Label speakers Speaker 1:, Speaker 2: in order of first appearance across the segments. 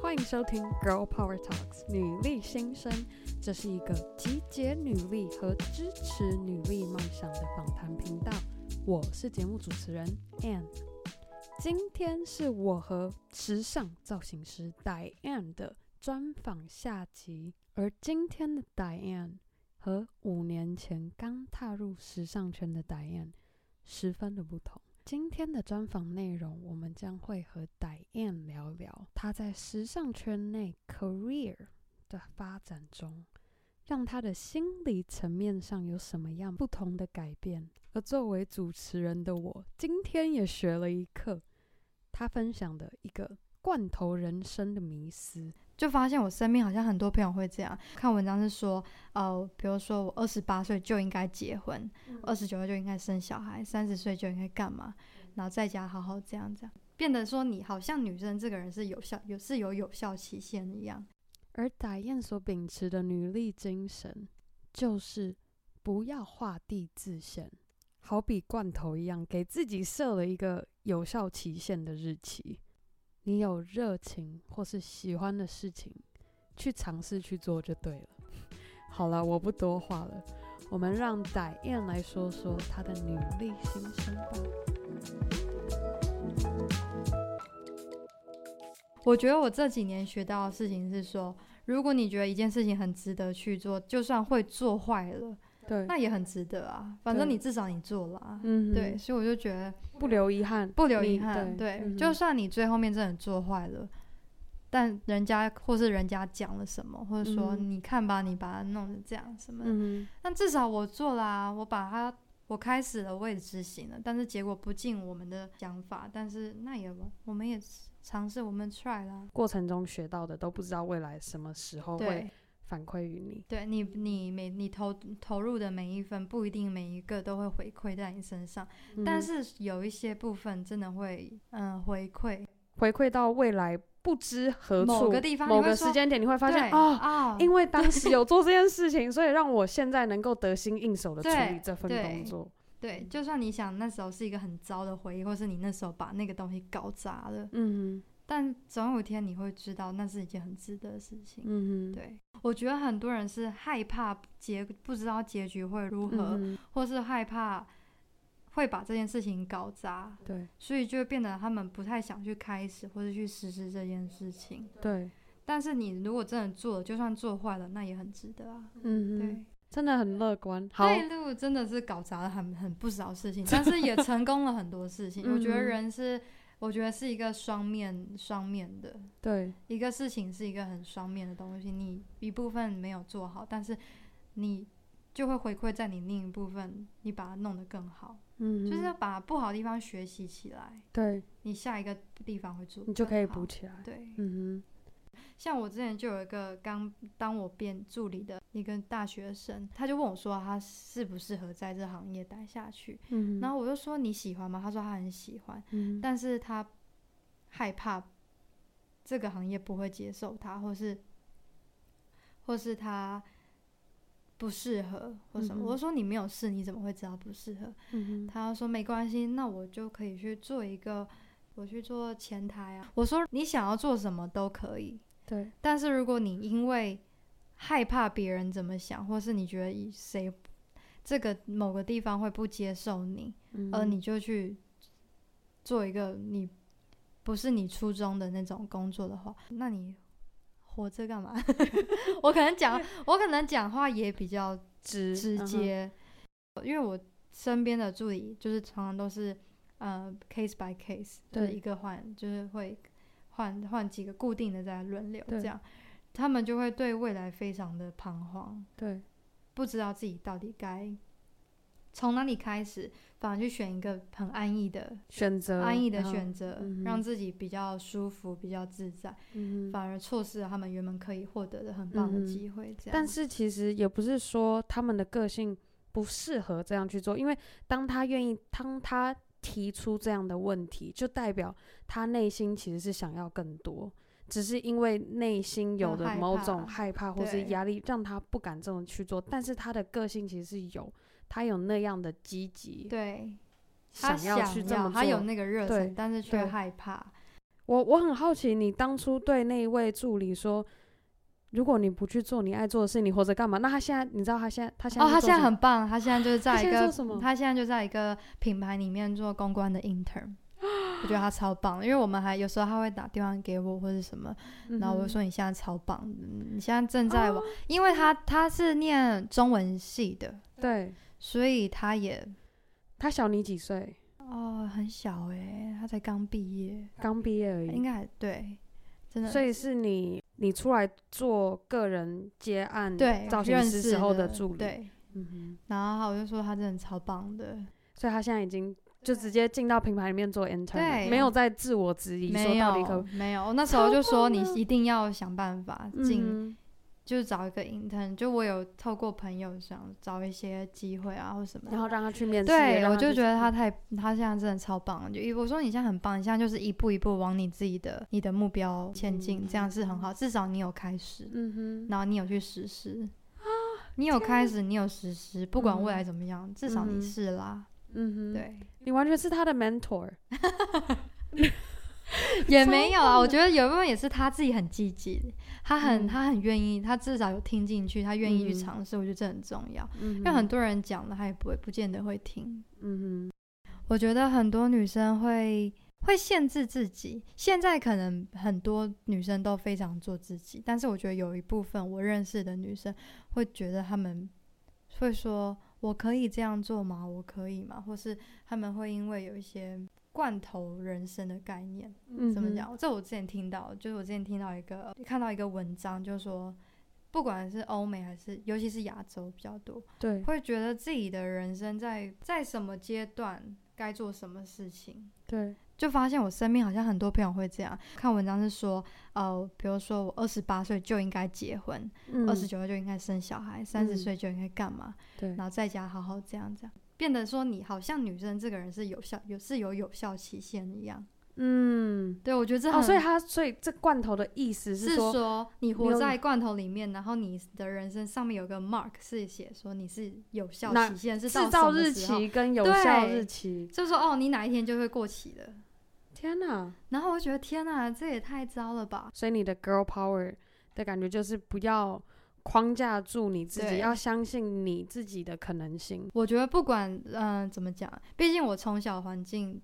Speaker 1: 欢迎收听 Girl Power Talks 女力新生，这是一个集结女力和支持女力梦想的访谈频道。我是节目主持人 Anne，今天是我和时尚造型师 Diane 的专访下集，而今天的 Diane 和五年前刚踏入时尚圈的 Diane 十分的不同。今天的专访内容，我们将会和 Diane 聊聊她在时尚圈内 career 的发展中，让她的心理层面上有什么样不同的改变。而作为主持人的我，今天也学了一课，她分享的一个罐头人生的迷思。
Speaker 2: 就发现我身边好像很多朋友会这样看文章，是说，呃，比如说我二十八岁就应该结婚，
Speaker 1: 嗯
Speaker 2: 二十九岁就应该生小孩，三十岁就应该干嘛，然后在家好好这样这样，变得说你好像女生这个人是有效，有是有有效期限一样。
Speaker 1: 而打燕所秉持的女力精神，就是不要画地自限，好比罐头一样，给自己设了一个有效期限的日期。你有热情或是喜欢的事情，去尝试去做就对了。 好了，我不多话了，我们让戴燕来说说她的女力心声吧。
Speaker 2: 我觉得我这几年学到的事情是说，如果你觉得一件事情很值得去做，就算会做坏了，
Speaker 1: 对，
Speaker 2: 那也很值得啊，反正
Speaker 1: 对
Speaker 2: 你至少你做了啊。
Speaker 1: 嗯哼
Speaker 2: 对，，所以我就觉得
Speaker 1: 不留遗憾，
Speaker 2: 不留遗
Speaker 1: 你
Speaker 2: 憾。对，
Speaker 1: 嗯哼
Speaker 2: 就算你最后面真的做坏了，但人家或是人家讲了什么，或者说
Speaker 1: 嗯
Speaker 2: 你看吧，你把它弄成这样什么的，
Speaker 1: 嗯
Speaker 2: 那至少我做啦、我把它。我开始了，我也执行了，但是结果不尽我们的想法，但是那也我们也尝试，我们 try 啦
Speaker 1: 哼，。过程中学到的都不知道未来什么时候会
Speaker 2: 对，
Speaker 1: 反馈于你。
Speaker 2: 对你你每你投投入的每一分，不一定每一个都会回馈在你身上，但
Speaker 1: 嗯
Speaker 2: 是有一些部分真的会嗯回馈，
Speaker 1: 回馈到未来不知何处
Speaker 2: 某个地方
Speaker 1: 某
Speaker 2: 你会
Speaker 1: 个
Speaker 2: 说
Speaker 1: 时间点，你会发
Speaker 2: 对
Speaker 1: 现哦，
Speaker 2: 啊
Speaker 1: 因为当时有做这件事情，所以让我现在能够得心应手的处理
Speaker 2: 对
Speaker 1: 这份
Speaker 2: 对
Speaker 1: 工作。
Speaker 2: 对，就算你想那时候是一个很糟的回忆，或是你那时候把那个东西搞砸了，
Speaker 1: 嗯
Speaker 2: 但总有一天你会知道那是一件很值得的事
Speaker 1: 哼
Speaker 2: 情。
Speaker 1: 嗯哼，
Speaker 2: 对，我觉得很多人是害怕结，不知道结局会如
Speaker 1: 嗯
Speaker 2: 何，
Speaker 1: 哼，
Speaker 2: 或是害怕会把这件事情搞砸，
Speaker 1: 对
Speaker 2: 所以就会变得他们不太想去开始或是去实施这件事情。
Speaker 1: 对，
Speaker 2: 但是你如果真的做了，就算做坏了，那也很值得啊。
Speaker 1: 嗯哼，
Speaker 2: 对，
Speaker 1: 真的很乐观。好，
Speaker 2: 内陆真的是搞砸了很很不少事情， 但是也成功了很多事情。我觉得
Speaker 1: 嗯哼
Speaker 2: 人是，我觉得是一个双面双面的，
Speaker 1: 对
Speaker 2: 一个事情是一个很双面的东西。你一部分没有做好，但是你就会回馈在你另一部分，你把它弄得更好，
Speaker 1: 嗯哼，
Speaker 2: 就是要把不好的地方学习起来，
Speaker 1: 对
Speaker 2: 你下一个地方会做，
Speaker 1: 你就可以补。起来。
Speaker 2: 对，
Speaker 1: 嗯
Speaker 2: 像我之前就有一个刚当我变助理的一个大学生，他就问我说他适不适合在这行业待下去，
Speaker 1: 哼，嗯哼，
Speaker 2: 然后我就说你喜欢吗？他说他很喜欢，
Speaker 1: 嗯哼
Speaker 2: 但是他害怕这个行业不会接受他，或是或是他不适合或什么。
Speaker 1: 嗯哼
Speaker 2: 我就说你没有试，你怎么会知道不适合？
Speaker 1: 嗯哼，
Speaker 2: 他就说没关系，那我就可以去做一个，我去做前台啊。我说你想要做什么都可以，
Speaker 1: 对
Speaker 2: 但是如果你因为害怕别人怎么想，或是你觉得以谁这个某个地方会不接受你，
Speaker 1: 嗯
Speaker 2: 而
Speaker 1: 哼
Speaker 2: 呃你就去做一个你不是你初衷的那种工作的话，那你活着干嘛？ 我可能讲， 我可能讲话也比较
Speaker 1: 直
Speaker 2: 直
Speaker 1: 嗯哼
Speaker 2: 接，因为我身边的助理就是常常都是呃 case by case，就是
Speaker 1: 对
Speaker 2: 一个换，就是会换换几个固定的在轮流
Speaker 1: 对
Speaker 2: 这样，他们就会对未来非常的彷徨，
Speaker 1: 对
Speaker 2: 不知道自己到底该从哪里开始，反而去选一个很安逸的。
Speaker 1: 选择
Speaker 2: 安逸的
Speaker 1: 然后
Speaker 2: 选择，
Speaker 1: 呃嗯哼
Speaker 2: 让自己比较舒服、比较自在，
Speaker 1: 嗯哼
Speaker 2: 反而错失了他们原本可以获得的很棒
Speaker 1: 嗯哼
Speaker 2: 的机会。这样，
Speaker 1: 但是其实也不是说他们的个性不适合这样去做，因为当他愿意，当他提出这样的问题，就代表他内心其实是想要更多，只是因为内心有
Speaker 2: 有
Speaker 1: 的
Speaker 2: 害
Speaker 1: 某种
Speaker 2: 怕
Speaker 1: 害怕或是
Speaker 2: 对
Speaker 1: 压力，让他不敢这么去做。但是他的个性其实是有，他有那样的积极，
Speaker 2: 对，他
Speaker 1: 想要去这么做，
Speaker 2: 他有那个热
Speaker 1: 对
Speaker 2: 忱，但是却
Speaker 1: 对
Speaker 2: 害怕。
Speaker 1: 我我很好奇，你当初对那一位助理说，如果你不去做你爱做的事，你活着干嘛？那他现在，你知道他现在，他现在
Speaker 2: 哦，
Speaker 1: 在
Speaker 2: 他
Speaker 1: 做
Speaker 2: 现在
Speaker 1: 什么
Speaker 2: 很棒，他现在就是在一
Speaker 1: 他现在
Speaker 2: 个
Speaker 1: 做什么
Speaker 2: 他现在就在一个品牌里面做公关的 intern，我觉得他超棒的，因为我们还有时候他会打电话给我或者什么，
Speaker 1: 嗯
Speaker 2: 然后我就，说你现在超棒的，你现在正在
Speaker 1: 哦
Speaker 2: 往，因为他他是念中文系的，
Speaker 1: 嗯哼对
Speaker 2: 所以他也
Speaker 1: 他小你几岁？
Speaker 2: 哦很小哎、他才刚毕业，
Speaker 1: 刚毕业而
Speaker 2: 应
Speaker 1: 已，
Speaker 2: 该还对，真的，
Speaker 1: 所以是你你出来做个人接案
Speaker 2: 对
Speaker 1: 造型
Speaker 2: 认
Speaker 1: 师
Speaker 2: 识
Speaker 1: 时候
Speaker 2: 的
Speaker 1: 助理，，
Speaker 2: 对，
Speaker 1: 嗯哼，
Speaker 2: 然后我就说他真的超棒的，
Speaker 1: 所以他现在已经就直接进到品牌里面做 intern，了
Speaker 2: 对
Speaker 1: 没有再自我质疑说
Speaker 2: 没
Speaker 1: 到底可
Speaker 2: 有
Speaker 1: 不
Speaker 2: 没有，那时候就说你
Speaker 1: 超棒的
Speaker 2: 一定要想办法进。
Speaker 1: 嗯哼
Speaker 2: 就是找一个 intern，就我有透过朋友想找一些机会啊或什么的。
Speaker 1: 然后让他去面试，
Speaker 2: 对，
Speaker 1: 让
Speaker 2: 我
Speaker 1: 他
Speaker 2: 就
Speaker 1: 去
Speaker 2: 觉得他太，他现在真的超棒了。就一我说你现在很棒，你现在就是一步一步往你自己的你的目标前进，这样是很好。至少你有开始，
Speaker 1: 嗯啊哼，
Speaker 2: 然后你有去实施，你有开始，你有实施，不管未来怎么样，至少
Speaker 1: 嗯
Speaker 2: 你是啦。
Speaker 1: 嗯哼，，
Speaker 2: 对，
Speaker 1: 你完全是他的 mentor，
Speaker 2: 也
Speaker 1: 超
Speaker 2: 没有啊。
Speaker 1: 棒
Speaker 2: 我觉得有一部分也是他自己很积极，他很、
Speaker 1: 嗯
Speaker 2: 他很愿意，他至少有听进去，他愿意去
Speaker 1: 嗯
Speaker 2: 尝试，我觉得这很重要。
Speaker 1: 嗯
Speaker 2: 因为
Speaker 1: 哼
Speaker 2: 很多人讲了，他也不会不见得会听。
Speaker 1: 嗯
Speaker 2: 我觉得很多女生会会限制自己，现在可能很多女生都非常做自己，但是我觉得有一部分我认识的女生会觉得她们会说：“我可以这样做吗？我可以吗？”或是她们会因为有一些罐头人生的概念，
Speaker 1: 哼，
Speaker 2: 怎
Speaker 1: 嗯
Speaker 2: 么
Speaker 1: 哼？
Speaker 2: 讲？这我之前听到，就是我之前听到一个看到一个文章，就说。不管是欧美还是，尤其是亚洲比较多，
Speaker 1: 对
Speaker 2: 会觉得自己的人生在在什么阶段该做什么事情，
Speaker 1: 对，
Speaker 2: 就发现我身边好像很多朋友会这样。看文章是说，呃，比如说我二十八岁就应该结婚，二十
Speaker 1: 嗯
Speaker 2: 九岁就应该生小孩，三十
Speaker 1: 嗯
Speaker 2: 岁就应该干嘛，
Speaker 1: 对，
Speaker 2: 然后在家好好这样这样，变得说你好像女生这个人是有效有是有有效期限一样。
Speaker 1: 嗯，
Speaker 2: 对，我觉得这很、
Speaker 1: 哦，所以他所以这罐头的意思
Speaker 2: 是
Speaker 1: 说，
Speaker 2: 说你活
Speaker 1: 有
Speaker 2: 在罐头里面，然后你的人生上面有个 mark 是写说你是有效
Speaker 1: 那
Speaker 2: 期限，是到
Speaker 1: 制造
Speaker 2: 什么
Speaker 1: 日
Speaker 2: 时候
Speaker 1: 期跟有效
Speaker 2: 对
Speaker 1: 日期。
Speaker 2: 就说哦，你哪一天就会过期了。
Speaker 1: 天哪！
Speaker 2: 然后我就觉得天哪，这也太糟了吧！
Speaker 1: 所以你的 girl power 的感觉就是不要框架住你自己，
Speaker 2: 对
Speaker 1: 要相信你自己的可能性。
Speaker 2: 我觉得不管嗯、呃怎么讲，毕竟我从小环境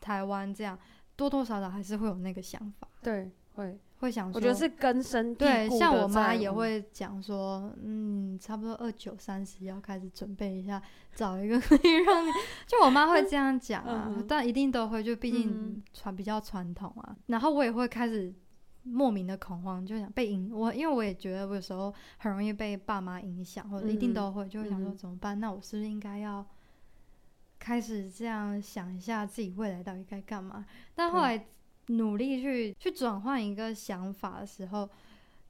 Speaker 2: 台湾这样，多多少少还是会有那个想法，
Speaker 1: 对，会，
Speaker 2: 会想说
Speaker 1: 我觉得是根深蒂
Speaker 2: 对，
Speaker 1: 固
Speaker 2: 像
Speaker 1: 地
Speaker 2: 我妈
Speaker 1: 在嗯
Speaker 2: 也
Speaker 1: 们
Speaker 2: 会讲说，嗯，差不多二九三十要开始准备一下，找一个 可以让你， 就我妈会这样讲啊，
Speaker 1: 嗯哼
Speaker 2: 但一定都会，就毕竟
Speaker 1: 嗯
Speaker 2: 传比较传统啊。然后我也会开始莫名的恐慌，就想被影我，因为我也觉得我有时候很容易被爸妈影响，或者一定
Speaker 1: 嗯
Speaker 2: 都会，就会想说
Speaker 1: 嗯哼
Speaker 2: 怎么办？那我是不是应该要？开始这样想一下自己未来到底该干嘛，但后
Speaker 1: 对
Speaker 2: 来努力去去转换一个想法的时候，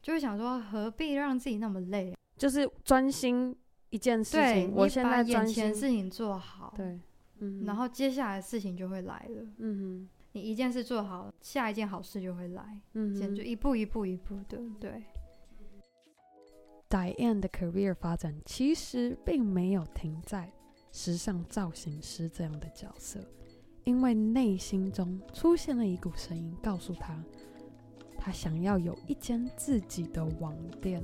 Speaker 2: 就会想说何必让自己那么累？
Speaker 1: 就是专心一件事
Speaker 2: 对，
Speaker 1: 情，我
Speaker 2: 你
Speaker 1: 现在
Speaker 2: 把眼
Speaker 1: 专
Speaker 2: 前
Speaker 1: 心
Speaker 2: 事情做好，
Speaker 1: 对，嗯，
Speaker 2: 然后接下来事情就会来了。
Speaker 1: 嗯哼
Speaker 2: 你一件事做好，下一件好事就会来，
Speaker 1: 嗯
Speaker 2: 这样
Speaker 1: 哼
Speaker 2: 就一步一步一步的，对。
Speaker 1: Diane 的 career 发展其实并没有停在时尚造型师这样的角色，因为内心中出现了一股声音，告诉她，她想要有一间自己的网店。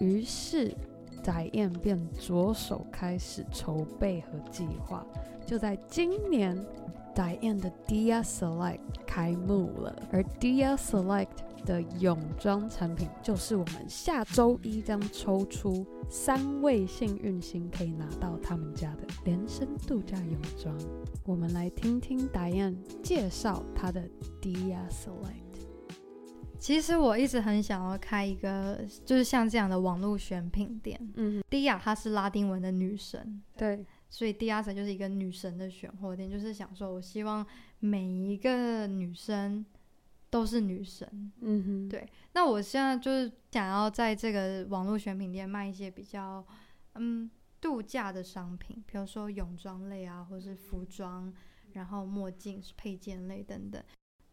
Speaker 1: 于是，Diane 便着手开始筹备和计划。就在今年，Diane 的 Dia Select 开幕了，而 Dia Select 的泳装产品，就是我们下周一将抽出三位幸运星，可以拿到他们家的连身度假泳装。我们来听听 Diane 介绍她的 Dia Select。
Speaker 2: 其实我一直很想要开一个，就是像这样的网络选品店。
Speaker 1: 嗯，
Speaker 2: 迪亚她是拉丁文的女神，
Speaker 1: 对，
Speaker 2: 所以 d 亚神就是一个女神的选货店，就是想说，我希望每一个女生都是女神。
Speaker 1: 嗯哼
Speaker 2: 对那我现在就是想要在这个网络选品店卖一些比较，嗯，度假的商品，比如说泳装类啊，或是服装，然后墨镜、配件类等等。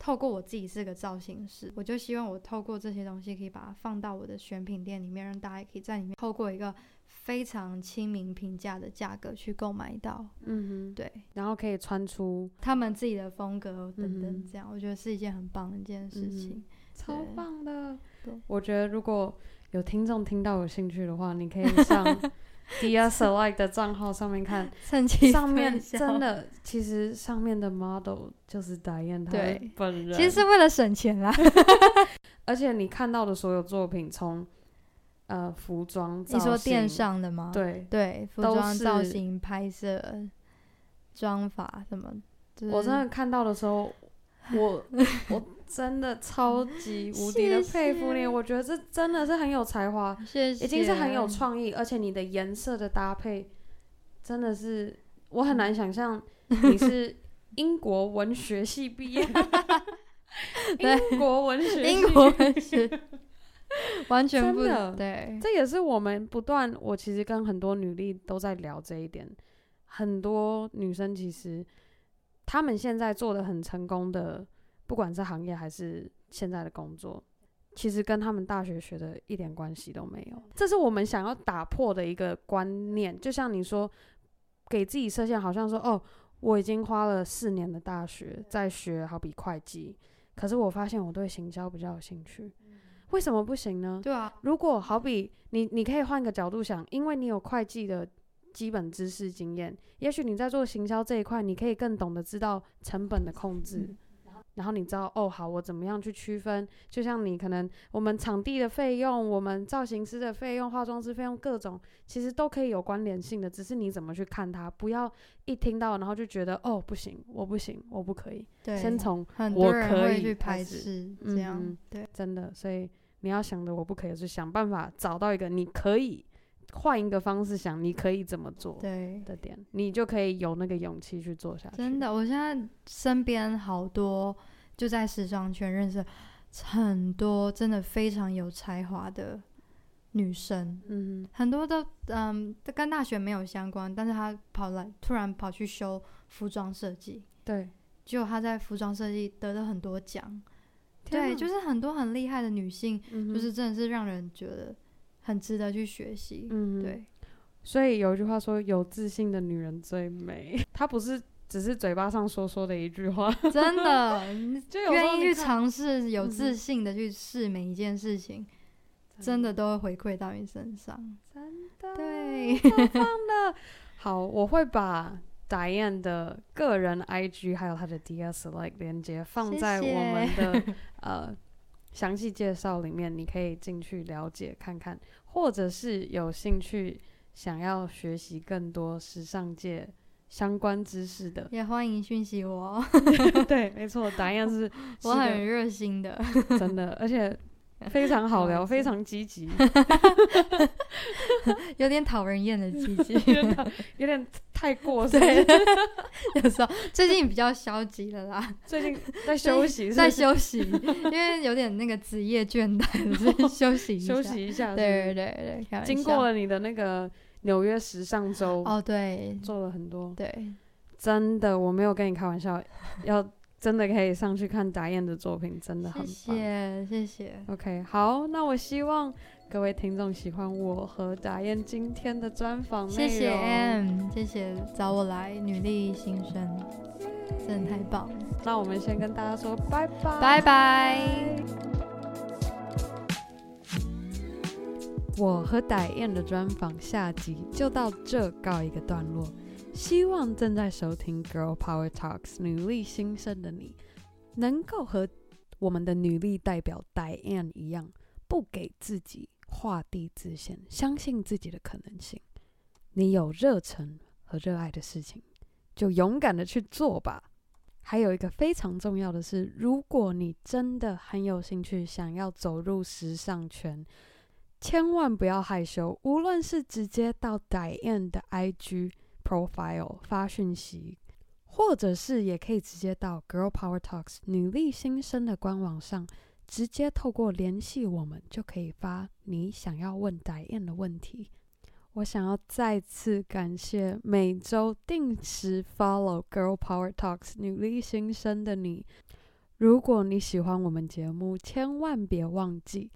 Speaker 2: 透过我自己是个造型师，我就希望我透过这些东西可以把它放到我的选品店里面，让大家可以在里面透过一个非常亲民平价的价格去购买到，
Speaker 1: 嗯哼，
Speaker 2: 对
Speaker 1: 然后可以穿出
Speaker 2: 他们自己的风格等
Speaker 1: 嗯
Speaker 2: 等，
Speaker 1: 哼嗯
Speaker 2: 这样、我觉得是一件很棒的一件事情。
Speaker 1: 超
Speaker 2: 对
Speaker 1: 棒的
Speaker 2: 对。
Speaker 1: 我觉得如果有听众听到有兴趣的话，你可以 上 Dia Select 的账号上面看，
Speaker 2: 趁机
Speaker 1: 上 面
Speaker 2: 分享
Speaker 1: 真，的其实上面的 model 就是 Diane 她
Speaker 2: 对
Speaker 1: 本人，
Speaker 2: 其实是为了省钱啦。
Speaker 1: 而且你看到的所有作品从。呃，服装、
Speaker 2: 你
Speaker 1: 造
Speaker 2: 说
Speaker 1: 型
Speaker 2: 电商的吗？
Speaker 1: 对，
Speaker 2: 对，服
Speaker 1: 都
Speaker 2: 装、造
Speaker 1: 是
Speaker 2: 型、拍摄、妆法什么，就是、
Speaker 1: 我真的看到的时 候，我我真的超级无敌的
Speaker 2: 谢
Speaker 1: 佩服你，
Speaker 2: 谢
Speaker 1: 我觉得这真的是很有才华，
Speaker 2: 谢谢，
Speaker 1: 已经是很有创意，而且你的颜色的搭配真的是我很难想象你是英国文学系毕业， 英国文学系，
Speaker 2: 啊英国 文学，完全
Speaker 1: 真
Speaker 2: 不
Speaker 1: 的
Speaker 2: 对，
Speaker 1: 这也是我们不断，我其实跟很多女力都在聊这一点。很多女生其实她们现在做的很成功的，不管是行业还是现在的工作，其实跟她们大学学的一点关系都没有。这是我们想要打破的一个观念。就像你说，给自己设限，好像说哦，我已经花了四年的大学在学好比会计，可是我发现我对行销比较有兴趣，为什么不行呢？
Speaker 2: 嗯对啊，
Speaker 1: 如果好比你，你可以换个角度想，因为你有会计的基本知识经验，也许你在做行销这一块，你可以更懂得知道成本的控制。然后你知道哦，好，我怎么样去区分？就像你可能我们场地的费用、我们造型师的费用、化妆师费用各种，其实都可以有关联性的，只是你怎么去看它。不要一听到然后就觉得哦，不行，我不行，我不可以。
Speaker 2: 对，
Speaker 1: 先从
Speaker 2: 很
Speaker 1: 我
Speaker 2: 多人
Speaker 1: 可
Speaker 2: 会
Speaker 1: 以
Speaker 2: 去
Speaker 1: 开
Speaker 2: 排
Speaker 1: 始
Speaker 2: 斥
Speaker 1: 嗯
Speaker 2: 这样，
Speaker 1: 哼
Speaker 2: 对，
Speaker 1: 真的，所以你要想的我不可以是想办法找到一个你可以换一个方式想你可以怎么做
Speaker 2: 对，
Speaker 1: 的点，你就可以有那个勇气去做下去。
Speaker 2: 真，的，我现在身边好多就在时装圈认识很多真的非常有才华的女生，
Speaker 1: 嗯
Speaker 2: 很多都嗯都跟大学没有相关，但是她跑来突然跑去修服装设计，
Speaker 1: 哼，对，
Speaker 2: 就她在服装设计得了很多奖，
Speaker 1: 天
Speaker 2: 对，
Speaker 1: 哪
Speaker 2: 就是很多很厉害的女性，
Speaker 1: 嗯哼
Speaker 2: 就是真的是让人觉得很值得去学习，
Speaker 1: 嗯，。
Speaker 2: 对，
Speaker 1: 所以有一句话说，有自信的女人最美。 她不是只是嘴巴上说说的一句话，
Speaker 2: 真的，你
Speaker 1: 就有时候
Speaker 2: 愿意
Speaker 1: 你
Speaker 2: 去
Speaker 1: 看
Speaker 2: 尝试，有
Speaker 1: 嗯哼
Speaker 2: 自信的去试每一件事情，真的都会回馈到你身上。
Speaker 1: 真的
Speaker 2: 对，。
Speaker 1: 好，我会把 Diane 的个人 IG 还有她的 DS Like 连接放在我们的呃详细介绍里面，你可以进去了解看看，或者是有兴趣想要学习更多时尚界相关知识的
Speaker 2: 也欢迎讯息 我，
Speaker 1: 对，没错，Diane 是 是
Speaker 2: 我
Speaker 1: 一个
Speaker 2: 很热 心的。
Speaker 1: 真的，而且非常好聊，非常积 极，
Speaker 2: 有点讨人厌 的积极，
Speaker 1: 真的有点太过是不
Speaker 2: 对
Speaker 1: 是。，
Speaker 2: 有时候最近比较消极了啦，
Speaker 1: 最 近在休息，
Speaker 2: 在
Speaker 1: 是
Speaker 2: 休息，因为有点那个职业倦怠，所以休息一
Speaker 1: 不是休。
Speaker 2: 下
Speaker 1: 息一下，是不是
Speaker 2: 对对对对，开玩
Speaker 1: 经
Speaker 2: 笑
Speaker 1: 过了你的那个纽约时尚周，
Speaker 2: 哦，对
Speaker 1: 做了很多，
Speaker 2: 对，
Speaker 1: 真的，我没有跟你开玩笑，要真的可以上去看达燕的作品，真的很
Speaker 2: 谢
Speaker 1: 棒。
Speaker 2: 谢谢谢，
Speaker 1: OK，好，那我希望各位听众喜欢我和达燕今天的专访内
Speaker 2: 谢
Speaker 1: 容。
Speaker 2: 谢 M，谢谢找我来女力新生，真的太棒了，
Speaker 1: 那我们先跟大家说拜拜，
Speaker 2: 拜。拜。
Speaker 1: 我和戴燕的专访下集就到这告一个段落。希望正在收听《Girl Power Talks》女力新生的你，能够和我们的女力代表戴燕一样，不给自己画地自限，相信自己的可能性。你有热忱和热爱的事情，就勇敢的去做吧。还有一个非常重要的是，如果你真的很有兴趣，想要走入时尚圈，千万不要害羞，无论是直接到 Diane 的 IG profile 发讯息，或者是也可以直接到 Girl Power Talks 女力新生的官网上，直接透过联系我们，就可以发你想要问 Diane 的问题。我想要再次感谢每周定时 follow Girl Power Talks 女力新生的你。如果你喜欢我们节目，千万别忘记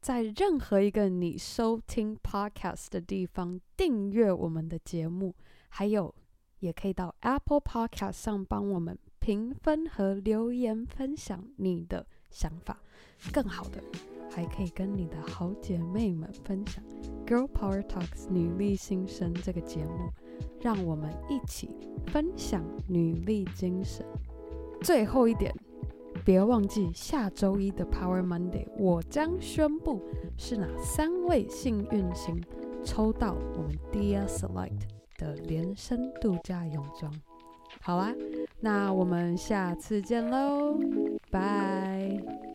Speaker 1: 在任何一个你收听 podcast 的地方订阅我们的节目，还有也可以到 Apple Podcast 上帮我们评分和留言分享你的想法。更好的，还可以跟你的好姐妹们分享《Girl Power Talks 女力新生》这个节目，让我们一起分享女力精神。最后一点，别忘记下周一的 Power Monday，我将宣布是哪三位幸运星抽到我们 Dear Select 的连身度假泳装。啊好啦，那我们下次见喽，拜。